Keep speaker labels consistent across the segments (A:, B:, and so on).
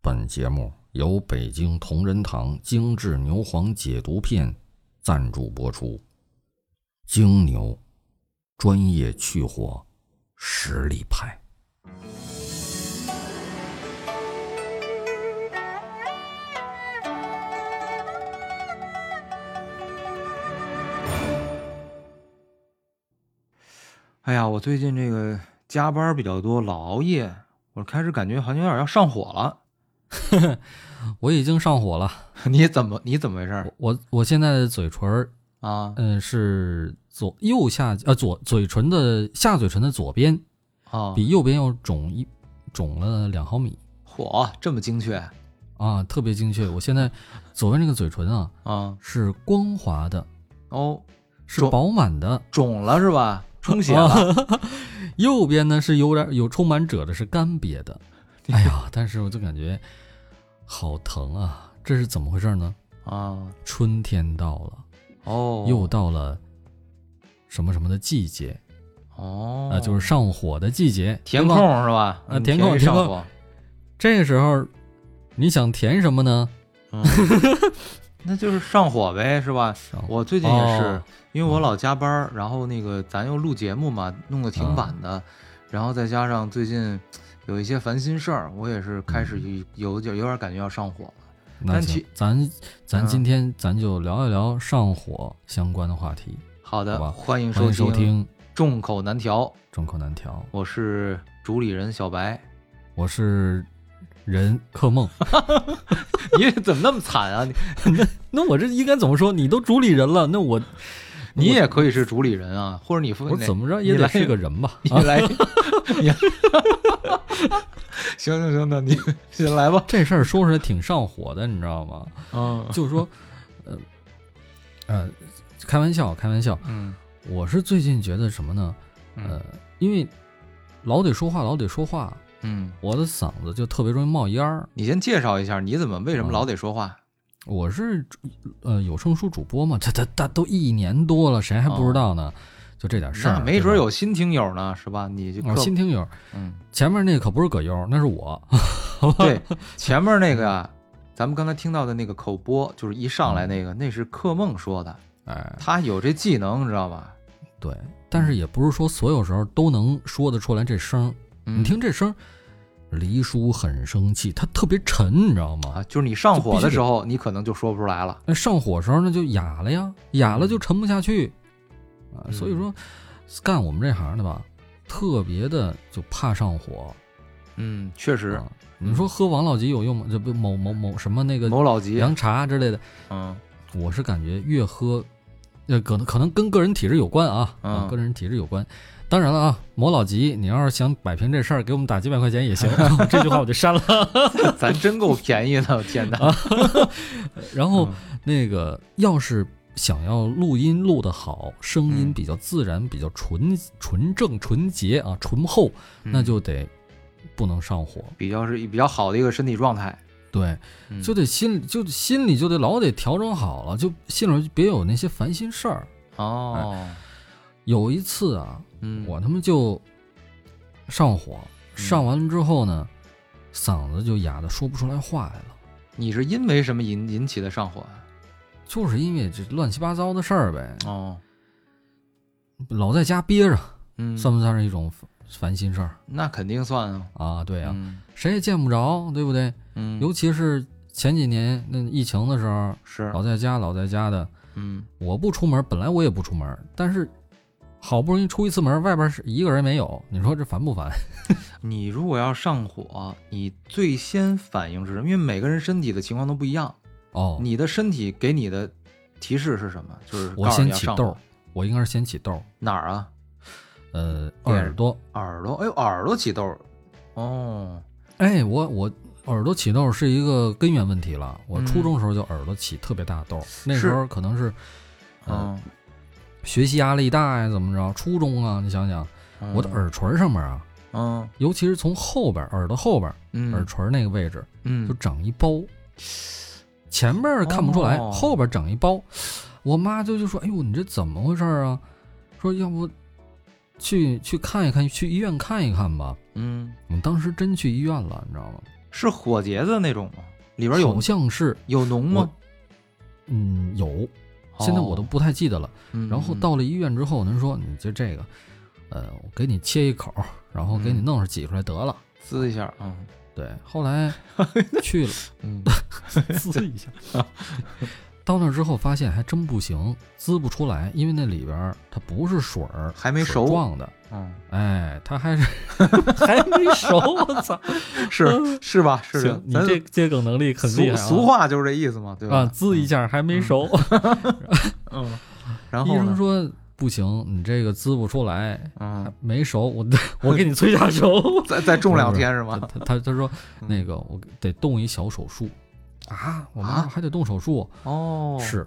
A: 本节目由北京同仁堂精致牛黄解毒片赞助播出。精牛，专业去火，实力派。
B: 哎呀，我最近这个加班比较多，老熬夜，我开始感觉好像有点要上火了。
A: 我已经上火了，
B: 你怎么你怎么回事儿
A: 我我现在的嘴唇儿，
B: 啊
A: 嗯、是左右下呃左嘴唇的下嘴唇的左边
B: 啊？
A: 比右边要肿一肿了两毫米
B: 火这么精确
A: 啊，特别精确。我现在左边这个嘴唇啊
B: 啊？
A: 是光滑的，
B: 哦，
A: 是
B: 肿
A: 饱满的，
B: 肿了是吧？充血了。
A: 右边呢是有点有充满褶的，是干瘪的。哎呀，但是我就感觉好疼啊！这是怎么回事呢？
B: 啊
A: 春天到了，
B: 哦，
A: 又到了什么什么的季节
B: 哦
A: 啊、就是上火的季节。
B: 填
A: 对
B: 空
A: 吧
B: 是吧？
A: 啊
B: 嗯
A: 填空
B: 一
A: 填
B: 上
A: 空
B: 火。
A: 这个时候你想填什么呢？
B: 嗯，那就是上火呗，是吧？
A: 上
B: 我最近也是，
A: 哦
B: 因为我老加班儿，然后那个咱又录节目嘛，弄得
A: 嗯
B: 挺晚的，然后再加上最近有一些烦心事儿，我也是开
A: 嗯
B: 始有点有点感觉要上火了。
A: 那
B: 但
A: 行
B: 其，
A: 咱咱
B: 嗯
A: 今天咱就聊一聊上火相关的话题。
B: 好的，
A: 好吧
B: 欢迎
A: 欢
B: 收
A: 迎收听《
B: 众口难调，
A: 众口难调》，
B: 我是主理人小白。
A: 我是人克梦。
B: 你怎么那么惨啊？你
A: 那我这应该怎么说？你都主理人了，那 我
B: 你也可以是主理人啊，或者你分
A: 我怎么着
B: 你
A: 也
B: 来
A: 得是个人吧？
B: 你
A: 啊，
B: 来， 你行行行，那你 先来吧。
A: 这事儿说出来挺上火的，你知道 吗？
B: 嗯
A: 就是说，呃，呃，开玩笑，开玩笑。
B: 嗯
A: 我是最近觉得什么呢？呃，因为老得说话，老得说话，
B: 嗯，
A: 我的嗓子就特别容易冒烟儿。
B: 你先介绍一下，你怎么为什么
A: 哦
B: 老得说话？
A: 我是呃有声书主播嘛，这这这都一年多了，谁还不知道呢？就这点事
B: 嗯那
A: 儿，
B: 没
A: 啊
B: 准
A: 对吧
B: 有新听友呢，是吧？你就
A: 哦
B: 客
A: 新听友，
B: 嗯，
A: 前面那可不是葛优，那是 我。
B: 对，前面那个
A: 嗯
B: 呀，咱们刚才听到的那个口播，就是一上来那个，那是克梦说的，
A: 哎，
B: 他有这技能，你知道吧？
A: 对，但是也不是说所有时候都能说得出来这声儿。
B: 嗯
A: 你听这声儿，黎叔很生气，他特别沉，你知道吗
B: 啊，？就是你上火的时候，你可能就说不出来了。
A: 那上火时候那就哑了呀，哑了就沉不下去啊。
B: 嗯
A: 所以说，干我们这行的吧，特别的就怕上火。
B: 嗯，确实，
A: 啊你说喝王老吉有用吗？这不某某某什么那个
B: 嗯某老吉，
A: 凉茶之类的，
B: 嗯
A: 我是感觉越喝，呃，可能可能跟个人体质有关啊，啊，
B: 嗯
A: 个人体质有关。当然了啊，某老吉，你要是想摆平这事儿，给我们打几百块钱也 行。 这句话我就删了。
B: 咱真够便宜 的，我天哪！
A: 然
B: 嗯
A: 后那个，要是想要录音录得好，声音
B: 嗯
A: 比较自然、比较纯纯正、纯洁啊、醇厚，
B: 嗯
A: 那就得不能上火，
B: 比较是比较好的一个身体状态，
A: 对，
B: 嗯
A: 就得心就心里就得老得调整好了，就心里别有那些烦心事儿。
B: 哦，
A: 有一次啊，
B: 嗯，
A: 哎我他妈就上火，上完了之后呢，嗓子就哑的说不出来话来了，
B: 你是因为什么引引起的上火啊？
A: 就是因为这乱七八糟的事儿呗，
B: 哦，
A: 老在家憋着，
B: 嗯，
A: 算不算是一种烦烦心事儿
B: 那肯定算啊，
A: 啊？对啊，
B: 嗯
A: 谁也见不着，对不对？
B: 嗯，
A: 尤其是前几年那疫情的时候，
B: 是，
A: 老在家老在家的，
B: 嗯
A: 我不出门，本来我也不出门，但是好不容易出一次门，外边是一个人没有，你说这烦不烦？
B: 你如果要上火，你最先反应是什么？因为每个人身体的情况都不一样，
A: 哦，
B: 你的身体给你的提示是什么？就是
A: 我
B: 告诉
A: 先
B: 你要
A: 起
B: 上
A: 痘儿
B: 火，
A: 我应该是先起痘儿，
B: 哪儿啊？
A: 呃，
B: 对
A: 耳朵。
B: 耳朵，哎呦，耳朵起痘儿，哦，
A: 哎，我我耳朵起痘是一个根源问题了。我
B: 嗯
A: 初中时候就耳朵起特别大痘，那
B: 是
A: 时候可能是
B: 嗯，
A: 学习压力大呀，怎么着？初中啊，你想想，
B: 嗯
A: 我的，耳垂上面啊，
B: 嗯
A: 尤其是从后边耳朵后边
B: 嗯，
A: 耳垂那个位置，就
B: 嗯，
A: 长一包，前面看不出来，
B: 哦
A: 后边长一包。我妈就就说：“哎呦，你这怎么回事儿啊？说要不去去看一看，去医院看一看吧。”
B: 嗯
A: 我们当时真去医院了，你知道吗？
B: 是火结子那种吗？里边有
A: 好像是
B: 有脓吗？哦
A: 嗯有，现在我都不太记得了。
B: 嗯
A: 然后到了医院之后，人说你就这个，呃，我给你切一口，然后给你
B: 嗯
A: 弄上挤出来得了。
B: 撕一下，嗯
A: 对，后 来去了
B: 嗯，
A: 滋一下， 到那儿之后发现还真不行，滋不出来，因为那里边儿它不是水儿，
B: 还没
A: 水
B: 熟
A: 状的，
B: 嗯，
A: 哎，它 还是还没熟，我操！
B: 是是吧？是的
A: 行，，你
B: 咱
A: 这接梗能力很厉
B: 俗
A: 害啊
B: 俗话就是这意思嘛，对吧？
A: 啊，滋一下还没熟，
B: 嗯，然
A: 医
B: 后
A: 生
B: 呢？
A: 说不行，你这个滋不出来，
B: 嗯，
A: 没熟，我我给你催下熟。
B: 再再种两天是
A: 他
B: 吗？
A: 他他他说
B: 嗯
A: 那个我得动一小手术啊，我妈
B: 啊
A: 还得动手术，
B: 哦，
A: 是。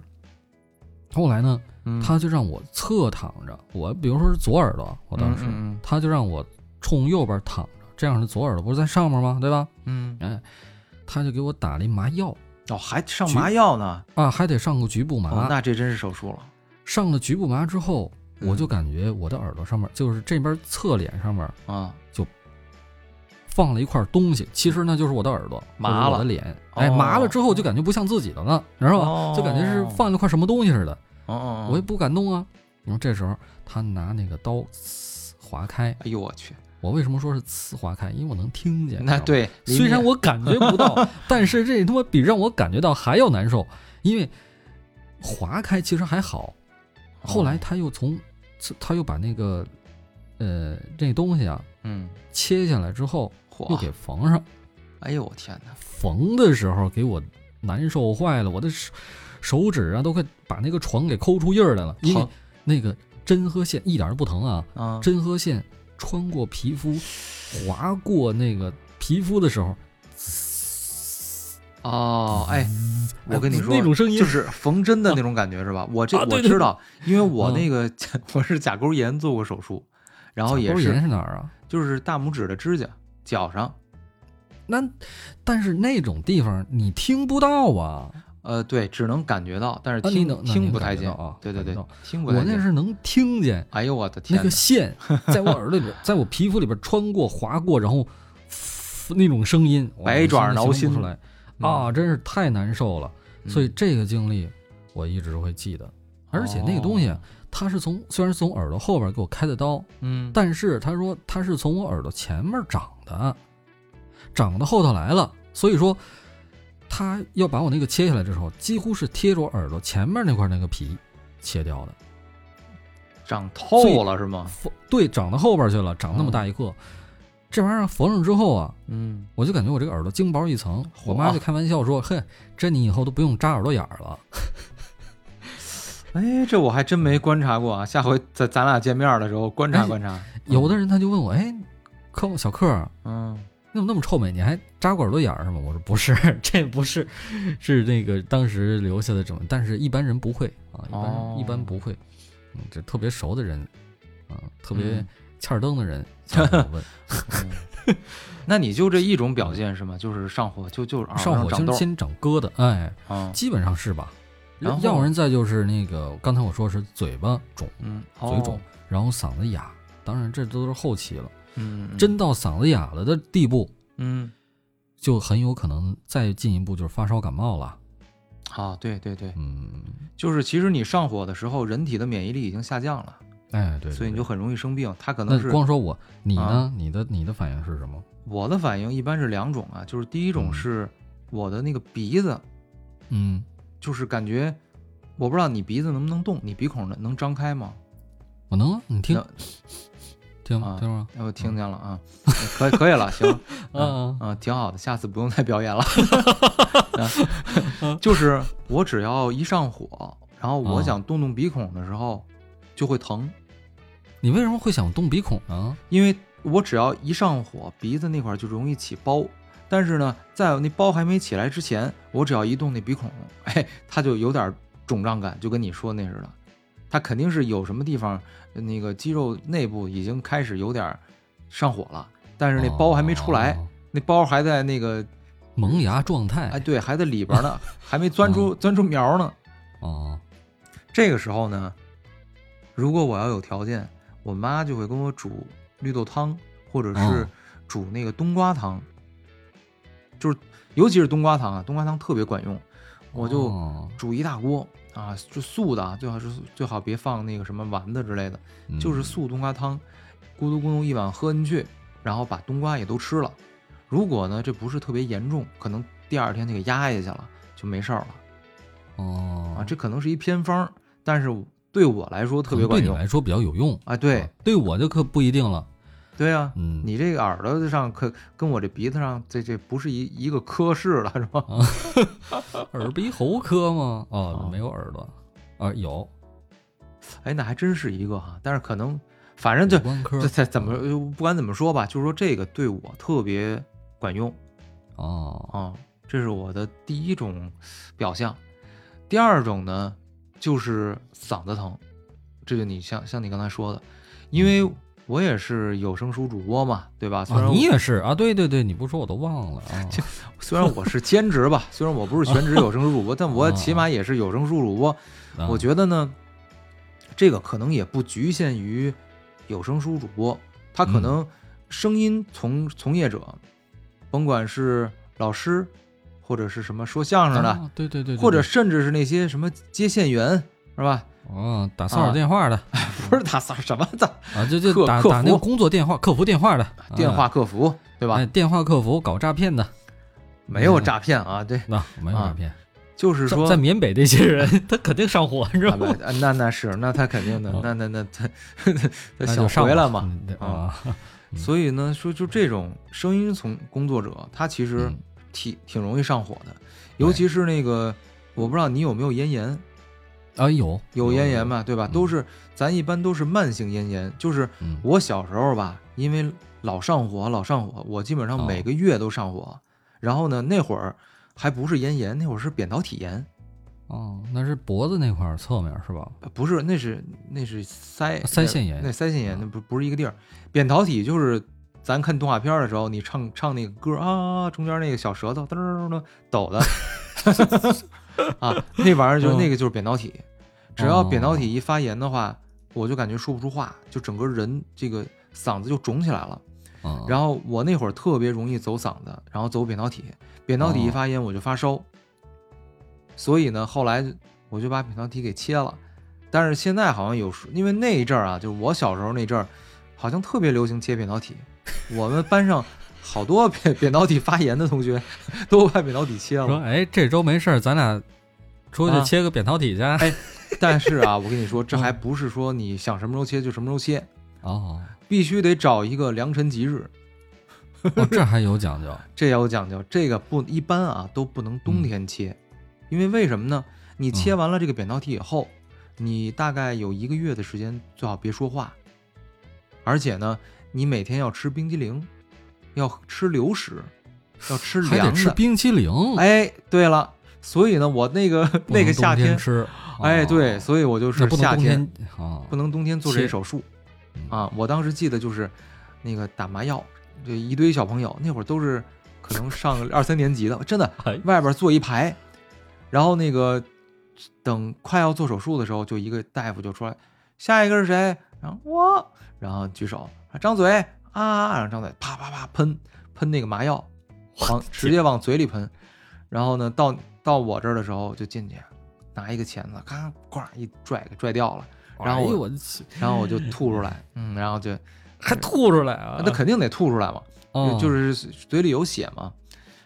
A: 后来呢，
B: 嗯
A: 他就让我侧躺着，我比如说是左耳朵，我当时、
B: 嗯
A: 他就让我冲右边躺着，这样是左耳朵不是在上面吗？对吧？
B: 嗯，嗯
A: 哎，他就给我打了一麻药
B: 哦，还上麻药呢？
A: 啊，还得上个局嗯部麻。
B: 哦，那这真是手术了。
A: 上了局部麻之后，
B: 嗯
A: 我就感觉我的耳朵上面，就是这边侧脸上面
B: 啊，
A: 放了一块东西，其实那就是我的耳朵，或
B: 麻
A: 者我
B: 了
A: 的脸。哎，
B: 哦
A: 麻了之后就感觉不像自己的了，你知道吧？
B: 哦
A: 就感觉是放了块什么东西似的，
B: 哦哦，
A: 我也不敢动啊。然后这时候他拿那个刀呲划开，
B: 哎呦我去，
A: 我为什么说是呲划开？因为我能听见。
B: 那
A: 你知道吗，
B: 对，
A: 虽然我感觉不 到， 但是这他妈比让我感觉到还要难受，因为划开其实还好，
B: 哦
A: 后来他又从他又把那个呃那东西啊
B: 嗯，
A: 切下来之后又
B: 嚯，
A: 给缝上，
B: 哎呦我天哪，
A: 缝的时候给我难受坏了，我的手手指啊都快把那个床给抠出印儿来了，因为
B: 疼
A: 那个针和线一点儿都不疼啊，
B: 啊，
A: 针和线穿过皮肤，划过那个皮肤的时候，
B: 哦，哎，我跟你说，
A: 那种声音
B: 就是缝针的那种感觉是吧？我这
A: 啊对
B: 我
A: 对
B: 知道，因为我
A: 嗯
B: 那个 我是甲沟炎做过手术，然后也
A: 甲沟炎
B: 是
A: 是哪儿啊？
B: 就是大拇指的指甲脚上，
A: 那但是那种地方你听不到啊，
B: 呃，对，只能感觉到，但是
A: 啊你
B: 听
A: 能那你
B: 听
A: 能
B: 不
A: 感
B: 太
A: 觉
B: 见
A: 到啊
B: 对
A: 感
B: 对对
A: 觉到，
B: 听不
A: 我
B: 太
A: 那
B: 见。
A: 是能听见。
B: 哎呦我的天
A: 那
B: 哪
A: 个！ 线在我耳朵里边，在我皮肤里边穿过、划过，然后嘶那种声音，哇
B: 百爪挠
A: 我现在形
B: 心
A: 容不出来啊，真是太难受了。
B: 嗯
A: 所以这个经历我一直会记得，而且那个东西
B: 哦
A: 它是从虽然是从耳朵后边给我开的刀，
B: 嗯，
A: 但是他说他是从我耳朵前面长的，长到后头来了，所以说他要把我那个切下来的时候，几乎是贴着我耳朵前面那块那个皮切掉的。
B: 长
A: 所以嗯
B: 透了是吗？
A: 缝对，长到后边去了，长那么大一个，这玩意儿缝上之后啊，
B: 嗯，
A: 我就感觉我这个耳朵精薄一层。
B: 嚯
A: 我妈就开玩笑说：“嘿，这你以后都不用扎耳朵眼儿了。
B: 哎，这我还真没观察过啊，下回在咱俩见面的时候观察
A: 哎
B: 观察。”
A: 有的人他就问我：“哎，克小克，
B: 嗯，
A: 你怎么那么臭美？你还扎过耳朵眼儿是吗？”我说：“不是， 这不是，是那个当时留下的怎么？但是一般人不会啊，一般、
B: 哦
A: 一般不会。嗯，这特别熟的人，啊，特别
B: 嗯
A: 欠儿灯的 人，才会问
B: 嗯那你就这一种表现是吗？就是上火，就就耳
A: 上
B: 上
A: 火
B: 啊长
A: 就是
B: 痘
A: 先长疙瘩，哎，
B: 啊，
A: 基本上是吧。
B: 然后
A: 要不然再就是那个，刚才我说是嘴巴肿、
B: 嗯，
A: 嘴肿，然后嗓子哑，当然这都是后期了。
B: 哦，嗯，
A: 真，到嗓子哑了的地步，
B: 嗯，
A: 就很有可能再进一步就是发烧感冒了。
B: 好，对对对，
A: 嗯，
B: 就是其实你上火的时候，人体的免疫力已经下降了，
A: 哎，对对
B: 所以你就
A: 对
B: 很容易生病。它可能
A: 那
B: 是
A: 光说我，你呢
B: 啊？
A: 你的你的反应是什么？
B: 我的反应一般是两种啊，就是第一种是我的那个鼻子，
A: 嗯，
B: 就是感觉我不知道你鼻子能不能动，你鼻孔能能张开吗？
A: 我能，啊你听
B: 能
A: 听
B: 啊
A: 听吗？
B: 哎我听见了啊，可以可以了，行，
A: 嗯
B: 啊，挺好的，下次不用再表 演了。啊就是我只要一上火，然后我
A: 啊
B: 想动动鼻孔的时候，就会疼，
A: 你为什么会想动鼻孔呢？
B: 因为我只要一上火，鼻子那块儿就容易起包。但是呢，在那包还没起来之前，我只要一动那鼻孔，哎，它就有点肿胀感，就跟你说那似的，它肯定是有什么地方那个肌肉内部已经开始有点上火了，但是那包还没出来，
A: 哦
B: 那包还在那个
A: 萌芽状
B: 哎，
A: 态。
B: 对，还在里边呢，还没钻出钻出苗呢。
A: 哦，
B: 这个时候呢，如果我要有条件，我妈就会跟我煮绿豆汤，或者是
A: 嗯
B: 煮那个冬瓜汤。就是尤其是冬瓜汤啊，冬瓜汤特别管用。我就
A: 哦
B: 煮一大锅啊，就素的啊，最好是最好别放那个什么丸子之类的，
A: 嗯
B: 就是素冬瓜汤，咕嘟咕嘟一碗喝进去，然后把冬瓜也都吃了。如果呢这不是特别严重，可能第二天就给压下去了，就没事儿了
A: 哦
B: 啊。这可能是一偏方儿，但是对我来说特别
A: 可能
B: 管
A: 对你
B: 用
A: 来说比较有用。
B: 啊。对
A: 啊对我就可不一定了。
B: 对啊，
A: 嗯，
B: 你这个耳朵上可跟我这鼻子上这这不是一一个科室了是吧？
A: 啊耳鼻喉科吗？哦
B: 啊，
A: 没有耳朵啊，有
B: 哎，那还真是一个哈，但是可能反正就
A: 骨关科
B: 这这怎么不管怎么说吧，就是说这个对我特别管用
A: 哦，
B: 啊，这是我的第一种表象。第二种呢，就是嗓子疼，这就你像像你刚才说的，因为我也是有声书主播嘛，对吧？虽
A: 啊
B: 然我、
A: 你也是啊？对对对，你不说我都忘了 啊。
B: 虽然我是兼职 吧，虽然我不是全职有声书主播，但我起码也是有声书主播。
A: 啊
B: 我觉得呢，这个可能也不局限于有声书主播，他可
A: 嗯
B: 能声音从从业者，甭管是老师，或者是什么说相声的，
A: 啊对对对，对
B: 或者
A: 对
B: 甚至是那些什么接线员，是吧？
A: 哦，打骚
B: 啊
A: 扰电话的
B: 不是打扫什么的
A: 啊，就就
B: 客
A: 打
B: 客
A: 打那个
B: 服
A: 工作电话、客服电话的
B: 电
A: 啊
B: 话客服，对吧？
A: 哎，电话客服搞诈骗的，
B: 没有诈骗啊，对，
A: 那没有
B: 啊
A: 诈骗。
B: 就是
A: 嗯在
B: 说
A: 在缅北这些人，他肯定上火，你知道
B: 啊不
A: 吗？
B: 啊那那是，那他肯定的，那那那他 他
A: 嗯那
B: 想
A: 就上
B: 回来
A: 吧
B: 嘛。，
A: 嗯
B: 啊
A: 啊，嗯
B: 所以呢，说就这种声音从工作者，他其实
A: 嗯
B: 挺挺容易上火的，尤其是那个，我不知道你有没有咽炎，
A: 啊有
B: 有咽炎？吧，对吧？
A: 嗯
B: 都是咱一般都是慢性咽炎，就是
A: 嗯，
B: 我小时候吧，因为老上火，老上火，我基本上
A: 哦
B: 每个月都上火。然后呢，那会儿还不是咽炎，那会儿是扁桃体炎，
A: 哦，那是脖子那块儿侧面是吧？
B: 呃不是，那是那是腮
A: 腮腺炎
B: 哎那腮腺炎
A: 啊
B: 那不不是一个地儿。扁桃体就是咱看动画片儿的时候，你唱唱那个歌啊，中间那个小舌头噔噔噔噔抖 的啊，那玩意儿就
A: 嗯
B: 那个就是扁桃体。只要扁桃
A: 哦
B: 体一发炎的话，我就感觉说不出话，就整个人这个嗓子就肿起来了。
A: 啊，
B: 然后我那会儿特别容易走嗓子，然后走扁桃体，扁桃体一
A: 哦
B: 发炎我就发烧，所以呢，后来我就把扁桃体给切了。但是现在好像有说，因为那一阵儿啊，就是我小时候那阵儿，好像特别流行切扁桃体。我们班上好多扁扁桃体发炎的同学都把扁桃体切
A: 说
B: 了。
A: 哎，这周没事儿，咱俩出去
B: 啊
A: 切个扁桃体去。
B: 但是啊，我跟你说，这还不是说你想什么时候切就什么时候切，
A: 哦，
B: 必须得找一个良辰吉日，
A: 哦这还有讲 究。
B: 这要有讲究，这个不一般啊，都不能
A: 嗯
B: 冬天切，因为为什么呢？你切完了这个扁桃体以后，你大概有一个月的时间最好别说话，而且呢，你每天要吃冰激凌，要吃流食，要吃
A: 还得
B: 凉
A: 吃
B: 的。
A: 冰淇淋，
B: 哎，对了，所以呢，我那个
A: 不能
B: 那个夏
A: 冬
B: 天，
A: 吃，
B: 哎，
A: 哦
B: 对，，所以我就
A: 那
B: 是
A: 不能
B: 夏
A: 冬
B: 天
A: 天啊，
B: 不能冬天做这
A: 切
B: 手术
A: 嗯
B: 啊。我当时记得就是那个打麻药，这一堆小朋友那会儿都是可能上二三年级的，真的
A: 哎
B: 外边坐一排，然后那个等快要做手术的时候，就一个大夫就出来，下一个是谁？然后我，然后举手，啊张嘴啊，然后张嘴啪啪啪喷喷那个麻药，往直接往嘴里喷，然后呢到到我这儿的时候就进去。拿一个钳子，咔，呱一拽，给拽掉了。 然后
A: 哎
B: 我
A: 呦我去
B: 然后我就吐出来，嗯，然后就
A: 还吐出来啊，
B: 那肯定得吐出来嘛，
A: 哦
B: 就就是嘴里有血嘛，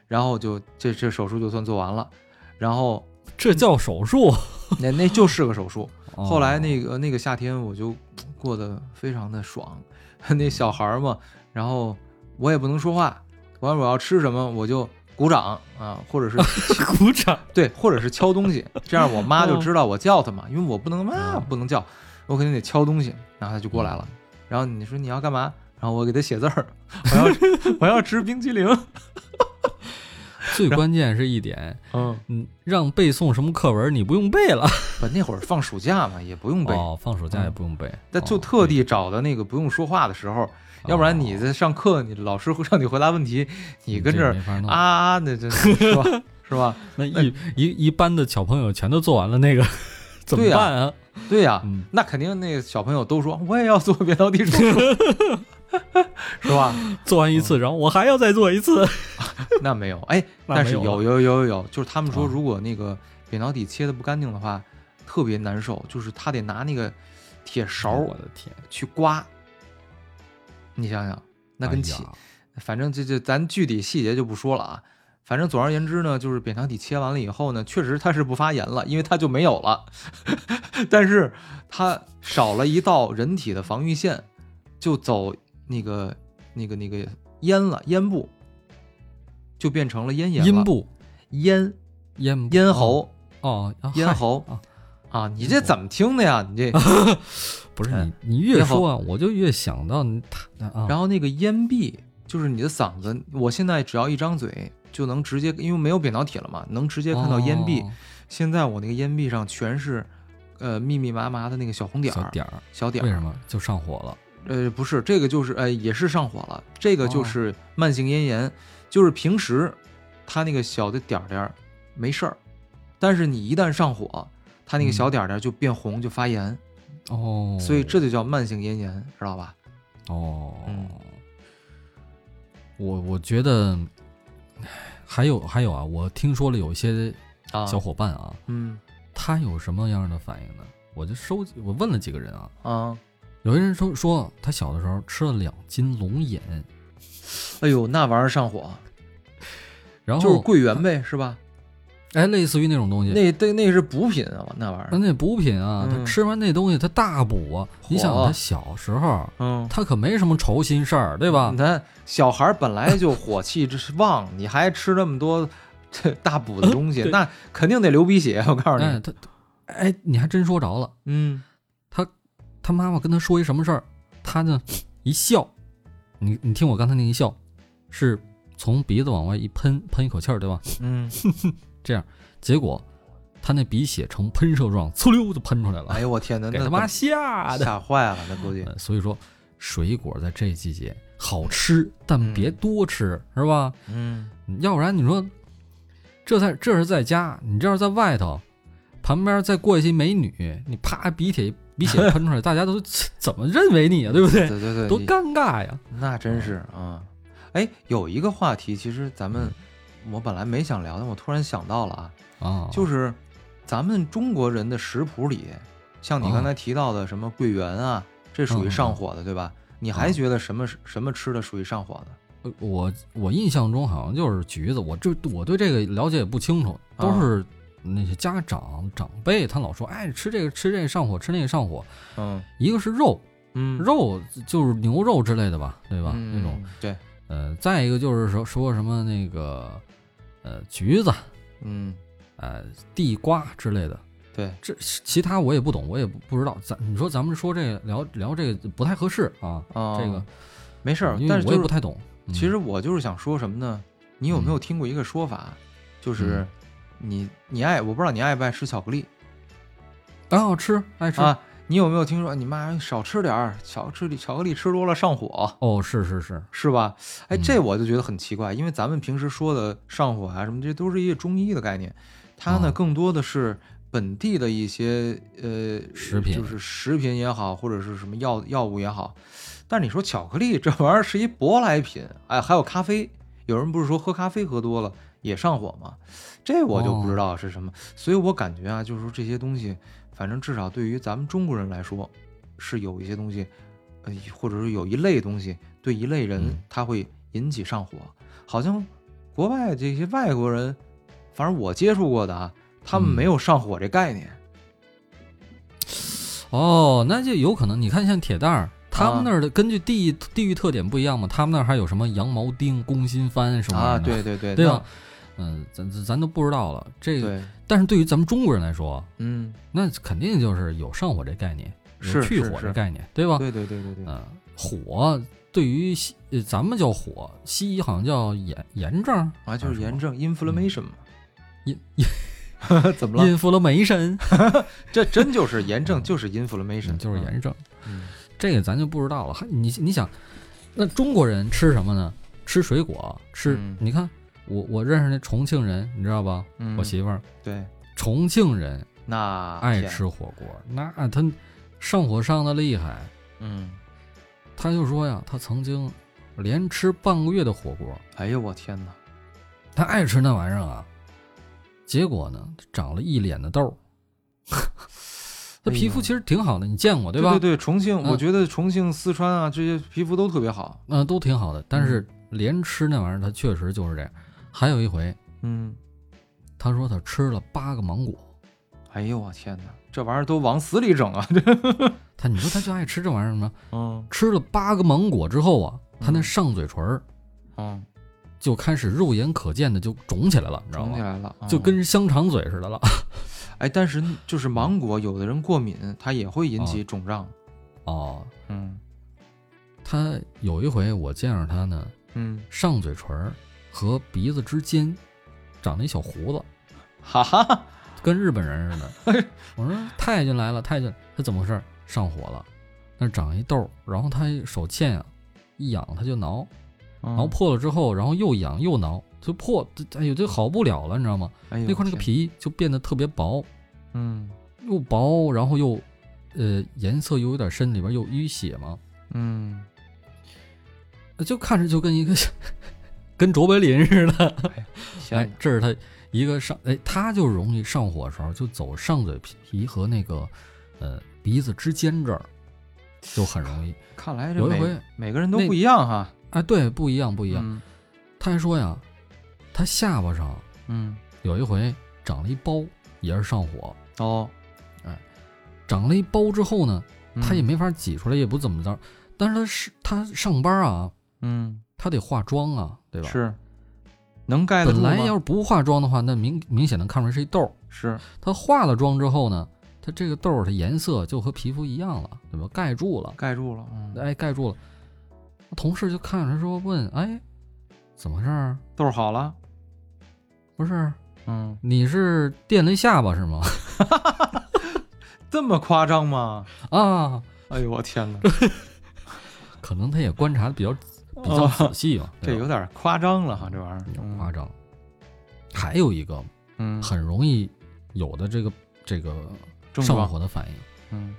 B: 然后就这这手术就算做完了，然后
A: 这叫手术。
B: 那那就是个手术。后来
A: 哦
B: 那个那个夏天我就过得非常的爽， 那小孩儿嘛，然后我也不能说话，完了我要吃什么我就鼓掌啊，或者是
A: 鼓掌，
B: 对，或者是敲 东西，这样我妈就
A: 哦
B: 知道我叫她嘛，因为我不能啊
A: 嗯
B: 不能叫，我肯定得敲东西，然后她就过来了。然后你说你要干嘛？然后我给她写字儿，我要 我要吃冰淇淋。
A: 最关键是一点，
B: 嗯，
A: 嗯，让背诵什么课文你不用背了，
B: 不，那会儿放暑假嘛，也不用背，
A: 哦，放暑假也不用背，
B: 但就
A: 哦
B: 特地找的那个不用说话的时候，要不然你在上课，你老师会 让你回答问题，你跟这儿
A: 嗯没法弄
B: 啊，啊，那这是吧？是吧？
A: 那一一一班的小朋友全都做完了那 个，怎么
B: 对呀
A: 办啊？
B: 对呀、
A: 嗯
B: 那肯定那个小朋友都说我也要做扁桃体手术， 是吧？
A: 做完一次，然后我还要再做一次。
B: 那没有，哎，
A: 那
B: 嗯但是
A: 没有
B: 有
A: 了
B: 有有有有，就是他们说，
A: 啊
B: 如果那个扁桃体切的不干净的话，特别难受，就是他得拿那个铁勺
A: 我的天，
B: 去刮。你想想，那跟
C: 哎
B: 起，
C: 呀
B: 反正这这咱具体细节就不说了啊。反正总而言之呢，就是扁桃体切完了以后呢，确实它是不发炎了，因为它就没有了， 但是它少了一道人体的防御线，就走那个那个那个咽了咽部，就变成了咽炎了。
A: 阴部、
B: 咽
A: 咽部
B: 咽喉
A: 哦，哦啊
B: 咽
A: 嗨
B: 喉
A: 啊
B: 啊，你这怎么听的呀？你这，
A: 不是
B: 哎
A: 你，你越说啊，我就越想到你他啊，
B: 然后那个咽壁就是你的嗓子，我现在只要一张嘴就能直接，因为没有扁桃体了嘛，能直接看到咽壁。
A: 哦
B: 现在我那个咽壁上全是，呃，密密麻麻的那个小红点
A: 小
B: 儿，
A: 点儿，
B: 小点
A: 为
B: 儿。
A: 什么就上火了？
B: 呃，不是，这个就是呃，也是上火了，这个就
A: 哦
B: 是慢性咽炎，就是平时它那个小的点儿点儿没事儿，但是你一旦上火，它那个
A: 嗯
B: 小点儿点儿就变红就发炎，
A: 哦，
B: 所以这就叫慢性咽炎，知道吧？
A: 哦，
B: 嗯
A: 我我觉得唉还有还有啊，我听说了有一些
B: 啊，
A: 小伙伴啊，
B: 嗯
A: 他有什么样的反应呢？我就收集，我问了几个人啊，
B: 啊，
A: 有些人说说他小的时候吃了两斤龙眼，
B: 哎呦，那玩意儿上火，
A: 然后
B: 就是桂圆呗，是吧？
A: 哎，类似于那种东西。
B: 那对，那是补品啊，那玩意
A: 那
B: 儿，
A: 那补品啊，
B: 嗯
A: 他吃完那东西，他大补啊！你想，
B: 火
A: 他小时候，
B: 嗯，
A: 他可没什么愁心事儿，对吧
B: 你？看小孩儿本来就火气这是旺，你还吃那么多这大补的东西，
A: 嗯对
B: 那肯定得流鼻血。我告诉
A: 哎，
B: 你，
A: 他，哎，你还真说着了。
B: 嗯，
A: 他妈妈跟他说一什么事儿，他呢一笑，你你听我刚才那一笑，是从鼻子往外一喷，喷一口气儿，对吧？
B: 嗯，
A: 结果他那鼻血呈喷射状，呲溜就喷出来了，
B: 哎呦我天哪，
A: 给
B: 那
A: 他妈吓的。
B: 吓坏了，那估计，
A: 呃所以说，水果在这季节好吃，但别多吃，是吧？
B: 嗯，
A: 要不然你说，这在这是在家，你这要是在外头，旁边再过一些美女，你啪鼻血鼻血喷出来，大 家都怎么认为你啊？对不对？
B: 对对对，
A: 多嗯
B: 你
A: 尴尬呀！
B: 那真是啊。哎，有一个话题，其实
A: 嗯
B: 咱们我本来没想聊，但我突然想到了啊，
A: 啊，
B: 就是咱们中国人的食谱里，像你
A: 啊
B: 刚才提到的什么桂圆啊，这属于
A: 嗯
B: 上火的，对吧？你还
A: 啊
B: 觉得什么是什么吃的属于上火的？
A: 呃我我印象中好像就是橘子，我这我对这个了解也不清楚，都
B: 啊
A: 是那些家长长辈他老说，哎，吃这个吃这个上火，吃那个上火。
B: 嗯
A: 一个是肉，
B: 嗯，
A: 肉就是牛肉之类的吧，对吧？
B: 嗯
A: 那种，
B: 对，
A: 呃，再一个就是说说什么那个呃橘子，
B: 嗯
A: 呃地瓜之类的。
B: 对，
A: 这其他我也不懂，我也不不知道。咱你说咱们说这个聊聊这个不太合适啊，
B: 啊，
A: 这个
B: 没事儿
A: 因，
B: 但
A: 为
B: 是
A: 我也
B: 就
A: 不
B: 是
A: 太懂。嗯
B: 其实我就是想说什么呢？你有没有听过一个说法，就是
A: 嗯
B: 你你爱我不知道你爱不爱吃巧克力
A: 啊，吃爱吃
B: 啊？你有没有听说你妈少吃点儿巧克力，巧克力吃多了上火？
A: 哦，是是是，
B: 是吧？哎，
A: 嗯
B: 这我就觉得很奇怪，因为咱们平时说的上火啊什么，这都是一个中医的概念，它呢
A: 啊
B: 更多的是本地的一些呃
A: 食品
B: 就是食品也好，或者是什么药药物也好。但你说巧克力这玩意儿是一舶来品，哎，还有咖啡，有人不是说喝咖啡喝多了也上火吗？这我就
A: 哦
B: 不知道是什么，所以我感觉啊，就是说这些东西，反正至少对于咱们中国人来说，是有一些东西，呃，或者是有一类东西对一类人
A: 嗯，
B: 它会引起上火。好像国外这些外国人，反正我接触过的啊，他们
A: 嗯
B: 没有上火这概念。
A: 哦，那就有可能。你看，像铁蛋儿，他
B: 啊
A: 们那儿的根据地域地域特点不一样嘛，他们那儿还有什么羊毛钉、攻心翻什么
B: 啊，
A: 玩意儿的
B: 对对对，
A: 对
B: 那
A: 吧？嗯，咱咱咱都不知道了。这个，
B: 对，
A: 但是对于咱们中国人来说，
B: 嗯，
A: 那肯定就是有上火这概念，有
B: 是
A: 去
B: 是
A: 火
B: 是
A: 这概念，对吧？
B: 对对对对对，
A: 嗯，火对于西呃咱们叫火，西医好像叫炎炎症儿
B: 啊，就是炎
A: 还
B: 症 inflammation 嘛。
A: 炎
B: 怎么了？
A: ，inflammation，
B: 这真就是炎症，就是 inflammation，
A: 嗯就是炎症。
B: 嗯。
A: 这个咱就不知道了。还你你想，那中国人吃什么呢？吃水果，吃、
B: 嗯
A: 你看我我认识那重庆人，你知道吧？
B: 嗯，
A: 我媳妇儿
B: 对，
A: 重庆人
B: 那
A: 爱
B: 天，
A: 吃火锅，那他上火上的厉害。
B: 嗯，
A: 他就说呀，他曾经连吃半个月的火锅，
B: 哎呦我天哪！
A: 他爱吃那玩意儿啊。结果呢，长了一脸的痘儿。 他皮肤其实挺好的，你见过哎对吧？
B: 对对，重庆，
A: 嗯
B: 我觉得重庆、四川啊，这些皮肤都特别好。
A: 嗯、都挺好的。但是连吃那玩意儿，他确实就是这样。还有一回，
B: 嗯，
A: 他说他吃了八个芒果，
B: 哎呦我天哪，这玩意儿都往死里整啊！这，
A: 他你说他就爱吃这玩意儿吗？
B: 嗯
A: 吃了八个芒果之后啊，他那
B: 嗯
A: 上嘴唇儿
B: 嗯，
A: 就开始肉眼可见的就肿起来了，你知道
B: 肿起
A: 吗？
B: 来了，嗯
A: 就跟香肠嘴似的了。
B: 哎，但是就是芒果，有的人过敏，它也会引
A: 啊
B: 起肿胀。
A: 哦，
B: 嗯
A: 他有一回我见着他呢，
B: 嗯，
A: 上嘴唇儿和鼻子之间长了一小胡子，
B: 哈哈，
A: 嗯跟日本人似 的。我说太君来了，太君他怎么回事？上火了，那长一痘儿，然后他手欠啊，一痒他就挠，
B: 然
A: 挠破了之后，然后又痒又挠，就破，这哎呦，就好不了了，你知道吗？那块那个，
B: 哎呦
A: 皮就变得特别薄，
B: 天嗯
A: 又薄，然后又，呃，颜色又有点深，里边又淤血嘛，
B: 嗯，
A: 就看着就跟一个 跟卓别林似的。哎
B: 天，
A: 这是他一个上，哎，他就容易上火的时候，就走上嘴皮和那个呃鼻子之间这儿，就很容易。
B: 哪，看来这
A: 有一
B: 每
A: 回
B: 每个人都
A: 那
B: 不一样哈，嗯
A: 哎，对，不一样，不
B: 不
A: 一样。他还说呀，他下巴上
B: 嗯，
A: 有一回长了一包，也是上火，
B: 哦，
A: 长了一包之后呢，
B: 嗯
A: 他也没法挤出来，也不怎么着。但是他是他上班啊，
B: 嗯，
A: 他得化妆啊，对吧？。
B: 是能盖得住
A: 本来
B: 吗
A: 要是不化妆的话，那明明显能看出来是一痘儿。
B: 是
A: 他化了妆之后呢，他这个痘儿它颜色就和皮肤一样了，对吧？盖住了，
B: 盖住了，嗯，
A: 哎，盖住了。同事就看着说问，哎，怎么回事儿？
B: 痘儿好了，
A: 不是，
B: 嗯，
A: 你是垫了一下巴是吗？
B: 这么夸张吗？
A: 啊，
B: 哎呦我天哪，
A: 可能他也观察的比较 比较仔细嘛，
B: 这
A: 对吧
B: 有点夸张了哦哈，这玩意儿
A: 有点夸，张。还有一个
B: 嗯，
A: 很容易有的这个这个
B: 症
A: 上
B: 状，
A: 火的反应，
B: 嗯，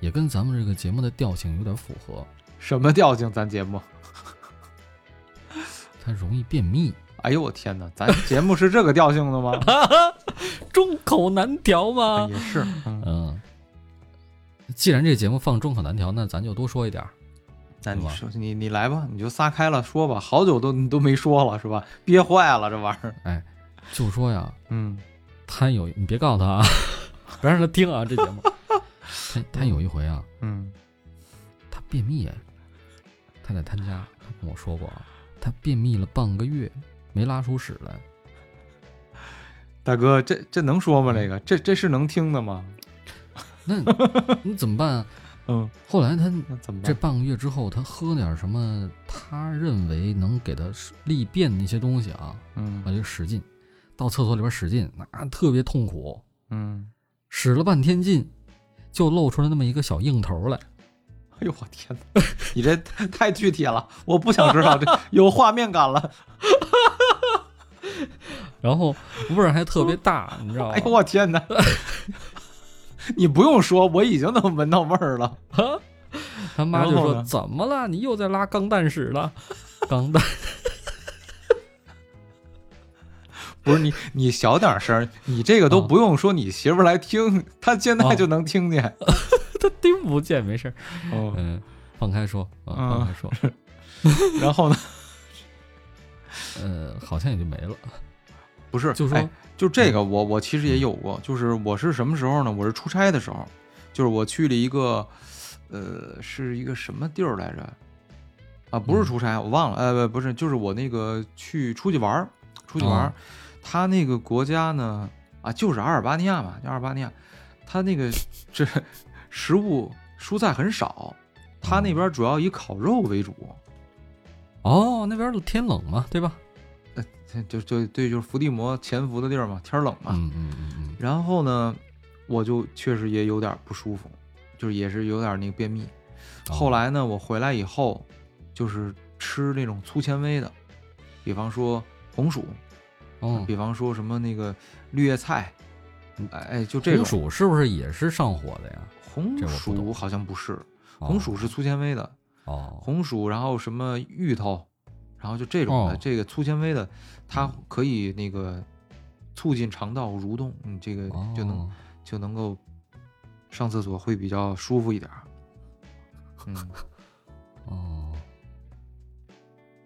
A: 也跟咱们这个节目的调性有点符合，
B: 什么调性？咱节目，
A: 它容易便秘，
B: 哎呦我天哪，咱节目是这个调性 的吗？
A: 众口难调嘛
B: 也是，嗯，
A: 嗯，既然这节目放中考难调，那咱就多说一点儿。
B: 那
A: 是
B: 你
A: 吧
B: 说你你来吧，你就撒开了说吧，好久都你都没说了是吧？憋坏了这玩意儿，
A: 就说呀，
B: 嗯
A: 他有你别告诉他啊， 别让他听啊这节目。 他他有一回啊，
B: 嗯，
A: 他便秘，啊他在他家他跟我说过啊，他便秘了半个月没拉出屎来，
B: 大哥，这这能说吗？这个这这是能听的吗？
A: 那你怎么办啊？
B: 嗯，
A: 后来他
B: 那怎么
A: 这
B: 办？
A: 半个月之后，他喝点什么他认为能给他利便的一些东西啊， 啊
B: 嗯
A: 就使劲，到厕所里边使劲，那特别痛苦。
B: 嗯，
A: 使了半天劲，就露出了那么一个小硬头来。
B: 哎呦我天哪，你这太太具体了，我不想 知道，这有画面感了。
A: 然后味儿还特别大，你知道吗？
B: 哎呦我天 哪！你不用说，我已经能闻到味儿了。
A: 他妈就
B: 然后
A: 说
B: 呢：“
A: 怎么了？你又在拉钢蛋屎了？”钢蛋，
B: 不是你，你小点声儿，你这个都
A: 啊
B: 不用说，你媳妇儿来听，她现
A: 哦
B: 在就能听见。
A: 他听不见，没事儿。
B: 哦，
A: 嗯，放开说，啊，
B: 嗯
A: 放开说，
B: 然后呢？
A: 呃，好像也就没了。
B: 不是，
A: 就说
B: 哎，就
A: 嗯
B: 这个我我其实也有过，就是我是什么时候呢？我是出差的时候，就是我去了一个，呃，是一个什么地儿来着？啊，不是
A: 嗯
B: 出差，我忘了，呃，不是，就是我那个去出去玩儿，出去玩儿，
A: 哦
B: 他那个国家呢，啊，就是阿尔巴尼亚嘛，叫阿尔巴尼亚，他那个这食物蔬菜很少，他那边主要以烤肉为主，
A: 哦，那边儿天冷嘛，对吧？
B: 就就对，就是伏地魔潜伏的地儿嘛，天儿冷嘛，
A: 嗯嗯嗯嗯，
B: 然后呢，我就确实也有点不舒服，就是也是有点那个便秘。
A: 哦
B: 后来呢，我回来以后，就是吃那种粗纤维的，比方说红薯，
A: 哦，
B: 比方说什么那个绿叶菜，哎哎，就这
A: 红
B: 种
A: 薯是不是也是上火的呀？
B: 红
A: 这我不懂哦
B: 薯好像不是，红薯是粗纤维的，
C: 哦，
B: 红薯，然后什么芋头，然后就这种的，
A: 哦
B: 这个粗纤维的，它可以那个促进肠道蠕动，你这个
C: 哦
B: 就能、就能够上厕所会比较舒服一点儿。嗯，
C: 哦，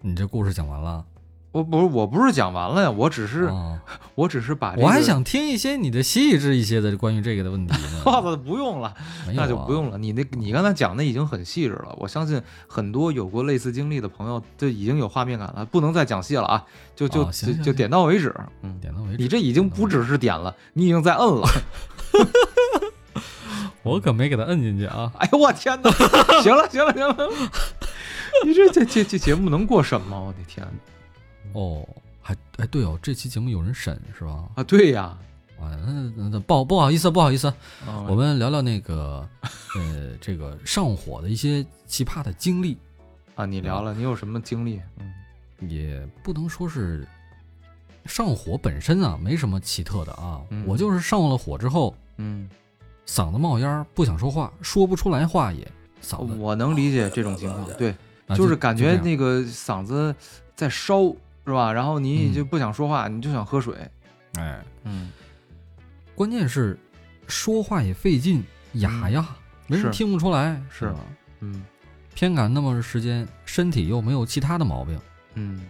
A: 你这故事讲完了，
B: 我不是我不是讲完了呀，我只是、
C: 哦
B: 我只是把、这个、
A: 我还，想听一些你的细致一些的关于这个的问题
B: 我
A: 呢。
B: 操，不用了，
C: 没有
B: 那就
C: 啊
B: 不用了。你那你刚才讲的已经很细致了，我相信很多有过类似经历的朋友，这已经有画面感了，不能再讲细了啊，就就、
A: 哦行
B: 就
A: 行
B: 就
A: 行
B: 点到为止。嗯，
A: 点到为
B: 你
A: 止，
B: 这已经不只是点了，你已经在摁了。
A: 我可没给他摁进去啊。
B: 哎呦我天哪！ 行了行了行了， 你这这这这节目能过审吗？我的天
A: 哦，还哎对哦，这期节目有人审是吧？
B: 啊！对呀，
A: 啊，那那那不不好意思，不好意思，
B: 嗯
A: 我们聊聊那个呃这个上火的一些奇葩的经历，
B: 啊，你聊了，你有什么经历？嗯，
A: 也不能说是上火本身啊，没什么奇特的啊。
B: 嗯
A: 我就是上了火之后，
B: 嗯，
A: 嗓子冒烟儿，不想说话，说不出来话也，嗓子
B: 我能理解这种情况，对，
A: 啊
B: 就是感觉
A: 这样
B: 那个嗓子在烧，是吧？然后你
A: 嗯
B: 就不想说话，你就想喝水。
C: 哎，
B: 嗯，
A: 关键是说话也费劲，哑呀，没人
B: 嗯是
A: 听不出来，
B: 是
A: 吧
B: 嗯
A: 偏赶那么时间，身体又没有其他的毛病，
B: 嗯，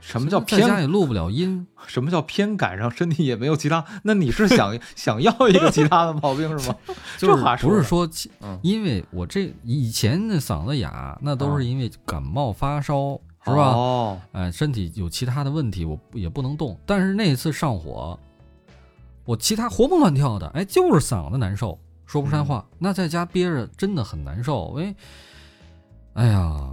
B: 什么叫
A: 在家
B: 偏？
A: 也录不了音，
B: 什么叫偏赶上身体也没有其他？那你是想想要一个其他的毛病是吗？
A: 就
B: 这话
A: 是不
B: 的
A: 是说其
B: 嗯
A: 因为我这以前那嗓子哑，那都
B: 啊
A: 是因为感冒发烧，是吧？
B: 哦，
A: 哎，身体有其他的问题，我不也不能动。但是那次上火，我其他活蹦乱跳的，哎，就是嗓子难受，说不
B: 嗯
A: 出来话。那在家憋着真的很难受，因为，哎呀，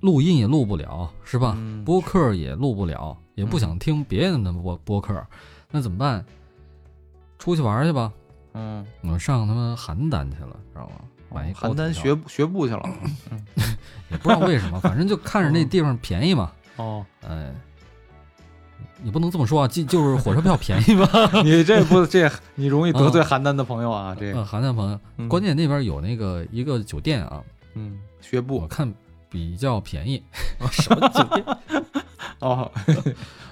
A: 录音也录不了，是吧？
B: 嗯
A: 播客也录不了，也不
B: 嗯
A: 想听别人的播播客，那怎么办？出去玩儿去吧。
B: 嗯，
A: 我上他妈邯郸去了，知道吗？买一
B: 哦邯
A: 高铁
B: 郸
A: 票
B: 学学步去了。
A: 也不知道为什么，反正就看着
B: 嗯
A: 那地方便宜嘛，
B: 哦，
A: 哎，也不能这么说啊，就就是火车票便宜吧。
B: 你这不这你容易得罪邯郸的朋友啊，这
A: 呃，邯郸朋友，
B: 嗯
A: 嗯关键那边有那个一个酒店啊，
B: 嗯学
A: 我
B: 步
A: 看比较便宜。
B: 啊 哦，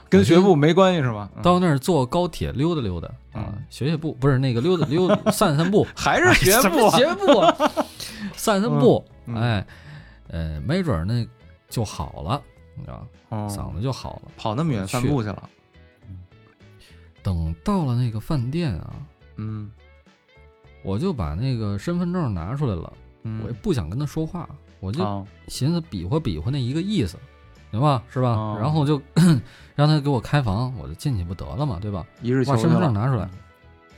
B: 跟学步没关系是吗？嗯
A: 到那儿坐高铁溜达溜达啊
B: 嗯，
A: 学学步，不是那个溜达溜达散散步，
B: 还 是学
A: 什
B: 步
A: 么
B: 啊，
A: 学步啊，散散步，
B: 嗯嗯
A: 哎，呃，没准儿那就好了，你知道，
B: 哦
A: 嗓子就好了。
B: 跑那么远
A: 去
B: 散步去了。
A: 等到了那个饭店啊，
B: 嗯
A: 我就把那个身份证拿出来了，
B: 嗯，
A: 我也不想跟他说话，我就
B: 啊
A: 寻思比划比划那一个意思，行吧，是吧？
B: 哦
A: 然后就 让他给我开房，我就进去不得了嘛，对吧？
B: 一日
A: 把
B: 球去
A: 身份证
B: 了。
A: 拿出来，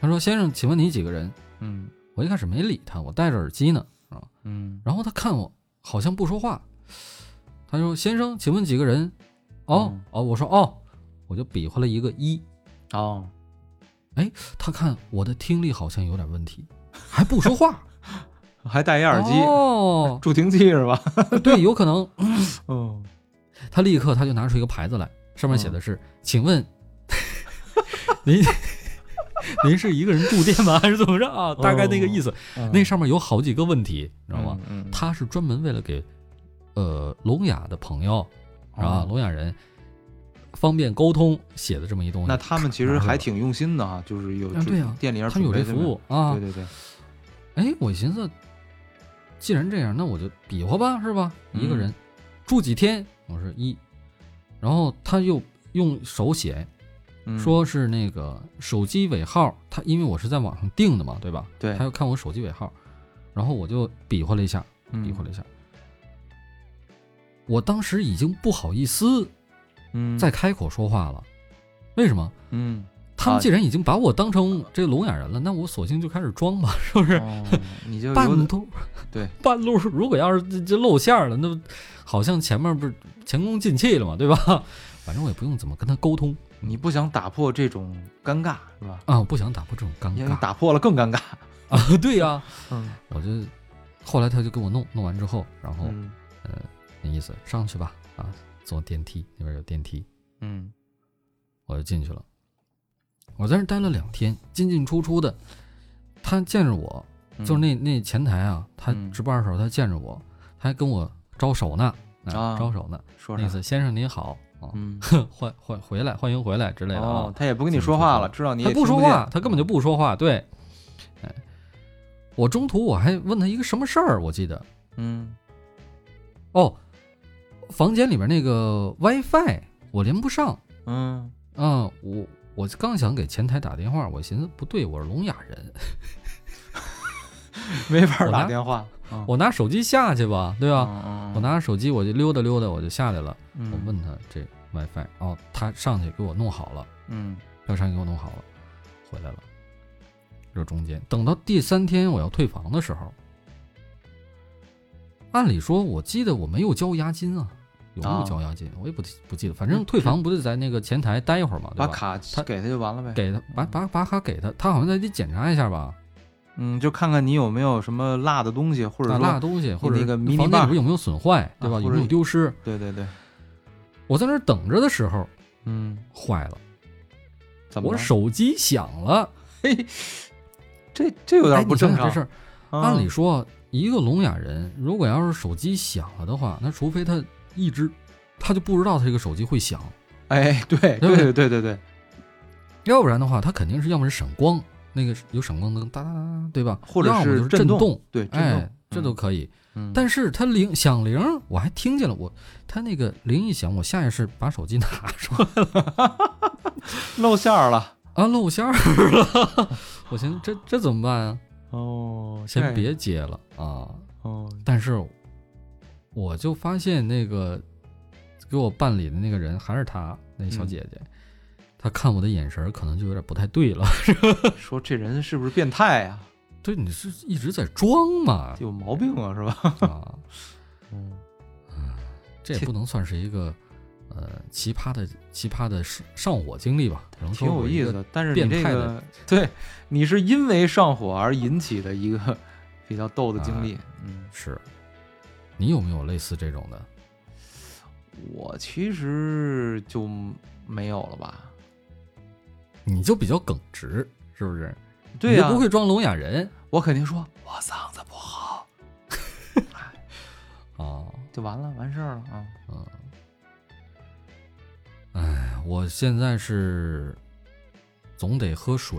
A: 他说：“先生，请问你几个人
B: 嗯？”
A: 我一开始没理他，我戴着耳机呢，
B: 嗯
A: 然后他看我好像不说话，他说：“先生，请问几个人？”哦、
B: 嗯
A: 哦，我说哦，我就比划了一个一，
B: 哦
A: 他看我的听力好像有点问题，还不说话，
B: 还 戴一耳机
A: 哦，
B: 助听器 是吧？
A: 对，有可能。
B: 嗯
A: 他立刻他就拿出一个牌子来，上面写的是：“请 问您您是一个人住店吗？还是怎么着啊？”大概那个意思。那上面有好几个问题，你知道吗？？
B: 哦嗯嗯嗯
A: 他是专门为了给呃聋哑的朋友啊，
B: 哦
A: 聋哑人方便沟通写的这么一东西。
B: 那他们其实还挺用心的啊，就是有
A: 啊对啊
B: 店里边
A: 他们有这
B: 准
A: 服
B: 备
A: 务啊
B: 对。对对，
A: 哎，我寻思，既然这样，那我就比划吧，是吧？
B: 嗯
A: 一个人住几天？我说一，然后他又用手写。
B: 嗯
A: 说是那个手机尾号，他因为我是在网上订的嘛，对吧？
B: 对
A: 他要看我手机尾号，然后我就比划了一下，
B: 嗯
A: 比划了一下。我当时已经不好意思
B: 嗯
A: 再开口说话了，为什么？
B: 嗯
A: 他们
B: 啊
A: 既然已经把我当成这聋哑人了，那我索性就开始装吧， 是 不是？
B: 哦，你就有
A: 半
B: 点
A: 途
B: 对，
A: 半路如果要是这这露馅儿了，那好像前面不是前功尽弃了嘛，对吧？ 反正我也不用怎么跟他沟通
B: 你不想打破这种尴尬是吧？
A: 啊，我不想打破这种尴
B: 因
A: 尬
B: 为打破了更尴尬。
A: 啊， 对呀、
B: 嗯
A: 我就后来他就给我弄弄完之后，然后
B: 嗯
A: 那意思上去吧，啊，坐电梯那边有电梯，
B: 嗯
A: 我就进去了。我在那儿待了两天，进进出出的。他见着我，
B: 嗯
A: 就是那那前台啊，他值班的时候他见着我，他还跟我招手呢，
B: 啊
A: 招手呢，
B: 说
A: 那
B: 啥
A: 次先生您好啊，
B: 嗯，
A: 欢欢回来欢迎回来之类的啊
B: 哦，，他也不跟你说话了，知道你也
A: 他不
B: 听
A: 说
B: 见嗯
A: 话，他根本就不说话。对，哎，我中途我还问他一个什么事儿，我记得
B: 嗯
A: 哦，房间里面那个 WiFi 我连不上，
B: 嗯
A: 嗯，我我刚想给前台打电话，我寻思不对，我是聋哑人，
B: 嗯没法
A: 我
B: 打
A: 拿
B: 电话，嗯
A: 我拿手机下去吧，对吧？
B: 嗯
A: 我拿着手机我就溜达溜达，我就下来了。
B: 嗯
A: 我问他这 WiFi，哦，他上去给我弄好了，
B: 嗯
A: 廖山给我弄好了，回来了。这中间等到第三天我要退房的时候，按理说我记得我没有交押金啊，有没有
B: 啊
A: 交押金？我也不不记得，反正退房不是在那个前台待一会儿嘛，对
B: 把
A: 吧？
B: 卡给他就嗯完了呗，
A: 给他把把把卡给他，他好像得检查一下吧，
B: 嗯，就看看你有没有什么辣的东西，或者
A: 那啊落
B: 说，
A: 东西或者
B: 那个迷你
A: 房间
B: 棒
A: 里边有没有损坏，对吧？
B: 啊
A: 有
B: 或
A: 没有
B: 者
A: 丢失？
B: 对对对，
A: 我在那儿等着的时候
B: 嗯，
A: 坏了，
B: 怎么
A: 我
B: 了？
A: 手机响了，
B: 这这有
A: 哎
B: 点
A: 你
B: 不
A: 想
B: 正
A: 想
B: 常
A: 这事。儿
B: 嗯
A: 按理说，一个聋哑人如果要是手机响了的话，那除非他一直，他就不知道他这个手机会响，
B: 哎，对对
A: 不对
B: 对对对对，
A: 要不然的话，他肯定是要么是闪光，那个有闪光灯哒哒哒哒，对吧？
B: 或者
A: 要么就是
B: 震
A: 动，
B: 动对震
A: 哎
B: 动，
A: 这都可以。
B: 嗯，
A: 但是他铃响铃，我还听见了，我他那个铃一响，我下意识把手机拿出来
B: 露馅儿了
A: 啊，露馅儿了， 我寻思这这怎么办啊？
B: 哦，这
A: 先
B: 样
A: 别接了啊！
B: 哦，
A: 但是我就发现那个给我办理的那个人还是她那
B: 嗯
A: 小姐姐，她看我的眼神儿可能就有点不太对了。
B: 说这人是不是变态啊？？
A: 对，你是一直在装嘛
B: 有毛病啊，是吧？
A: 啊，
B: 嗯
A: 这也不能算是一个呃奇葩的奇葩的上上火经历吧？只能说
B: 挺有
A: 我一
B: 意
A: 个
B: 思的，但是你
A: 变
B: 这
A: 态
B: 个
A: 的
B: 对，你是因为上火而引起的一个 比较逗的
A: 啊
B: 经历。嗯，
A: 是。你有没有类似这种的？
B: 我其实就没有了吧？
A: 你就比较耿直，是不是？
B: 对
A: 你
B: 呀、
A: 就不会装聋哑人
B: 我肯定说我嗓子不好，
A: 啊？
B: 就完了，完事儿了啊。
A: 嗯，哎，我现在是总得喝水，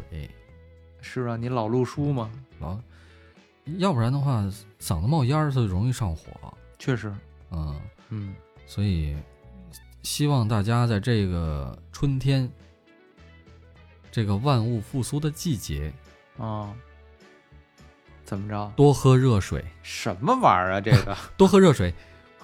B: 是啊，你老路书嘛，
A: 老要不然的话嗓子冒烟儿就容易上火。
B: 确实，
A: 嗯，
B: 嗯，
A: 所以希望大家在这个春天，这个万物复苏的季节，
B: 啊、怎么着？
A: 多喝热水，
B: 什么玩意儿啊？这个，
A: 多喝热水，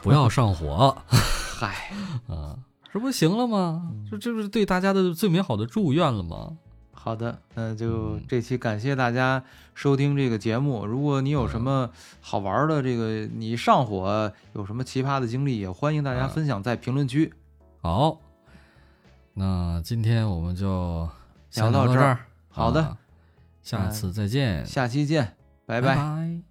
A: 不要上火
B: 嗨，
A: 啊！这不行了吗？这这不是对大家的最美好的祝愿了吗？
B: 好的，那就
A: 嗯
B: 这期感谢大家收听这个节目。如果你有什么
A: 嗯
B: 好玩的，这个你上火有什么奇葩的经历，也欢迎大家
A: 嗯
B: 分享在评论区。
A: 好，那今天我们就先
B: 聊到
A: 到
B: 这
A: 这
B: 儿
A: 儿。
B: 好的嗯
A: 啊下次再见，
B: 下期见，拜
A: 拜
B: 拜。
A: 拜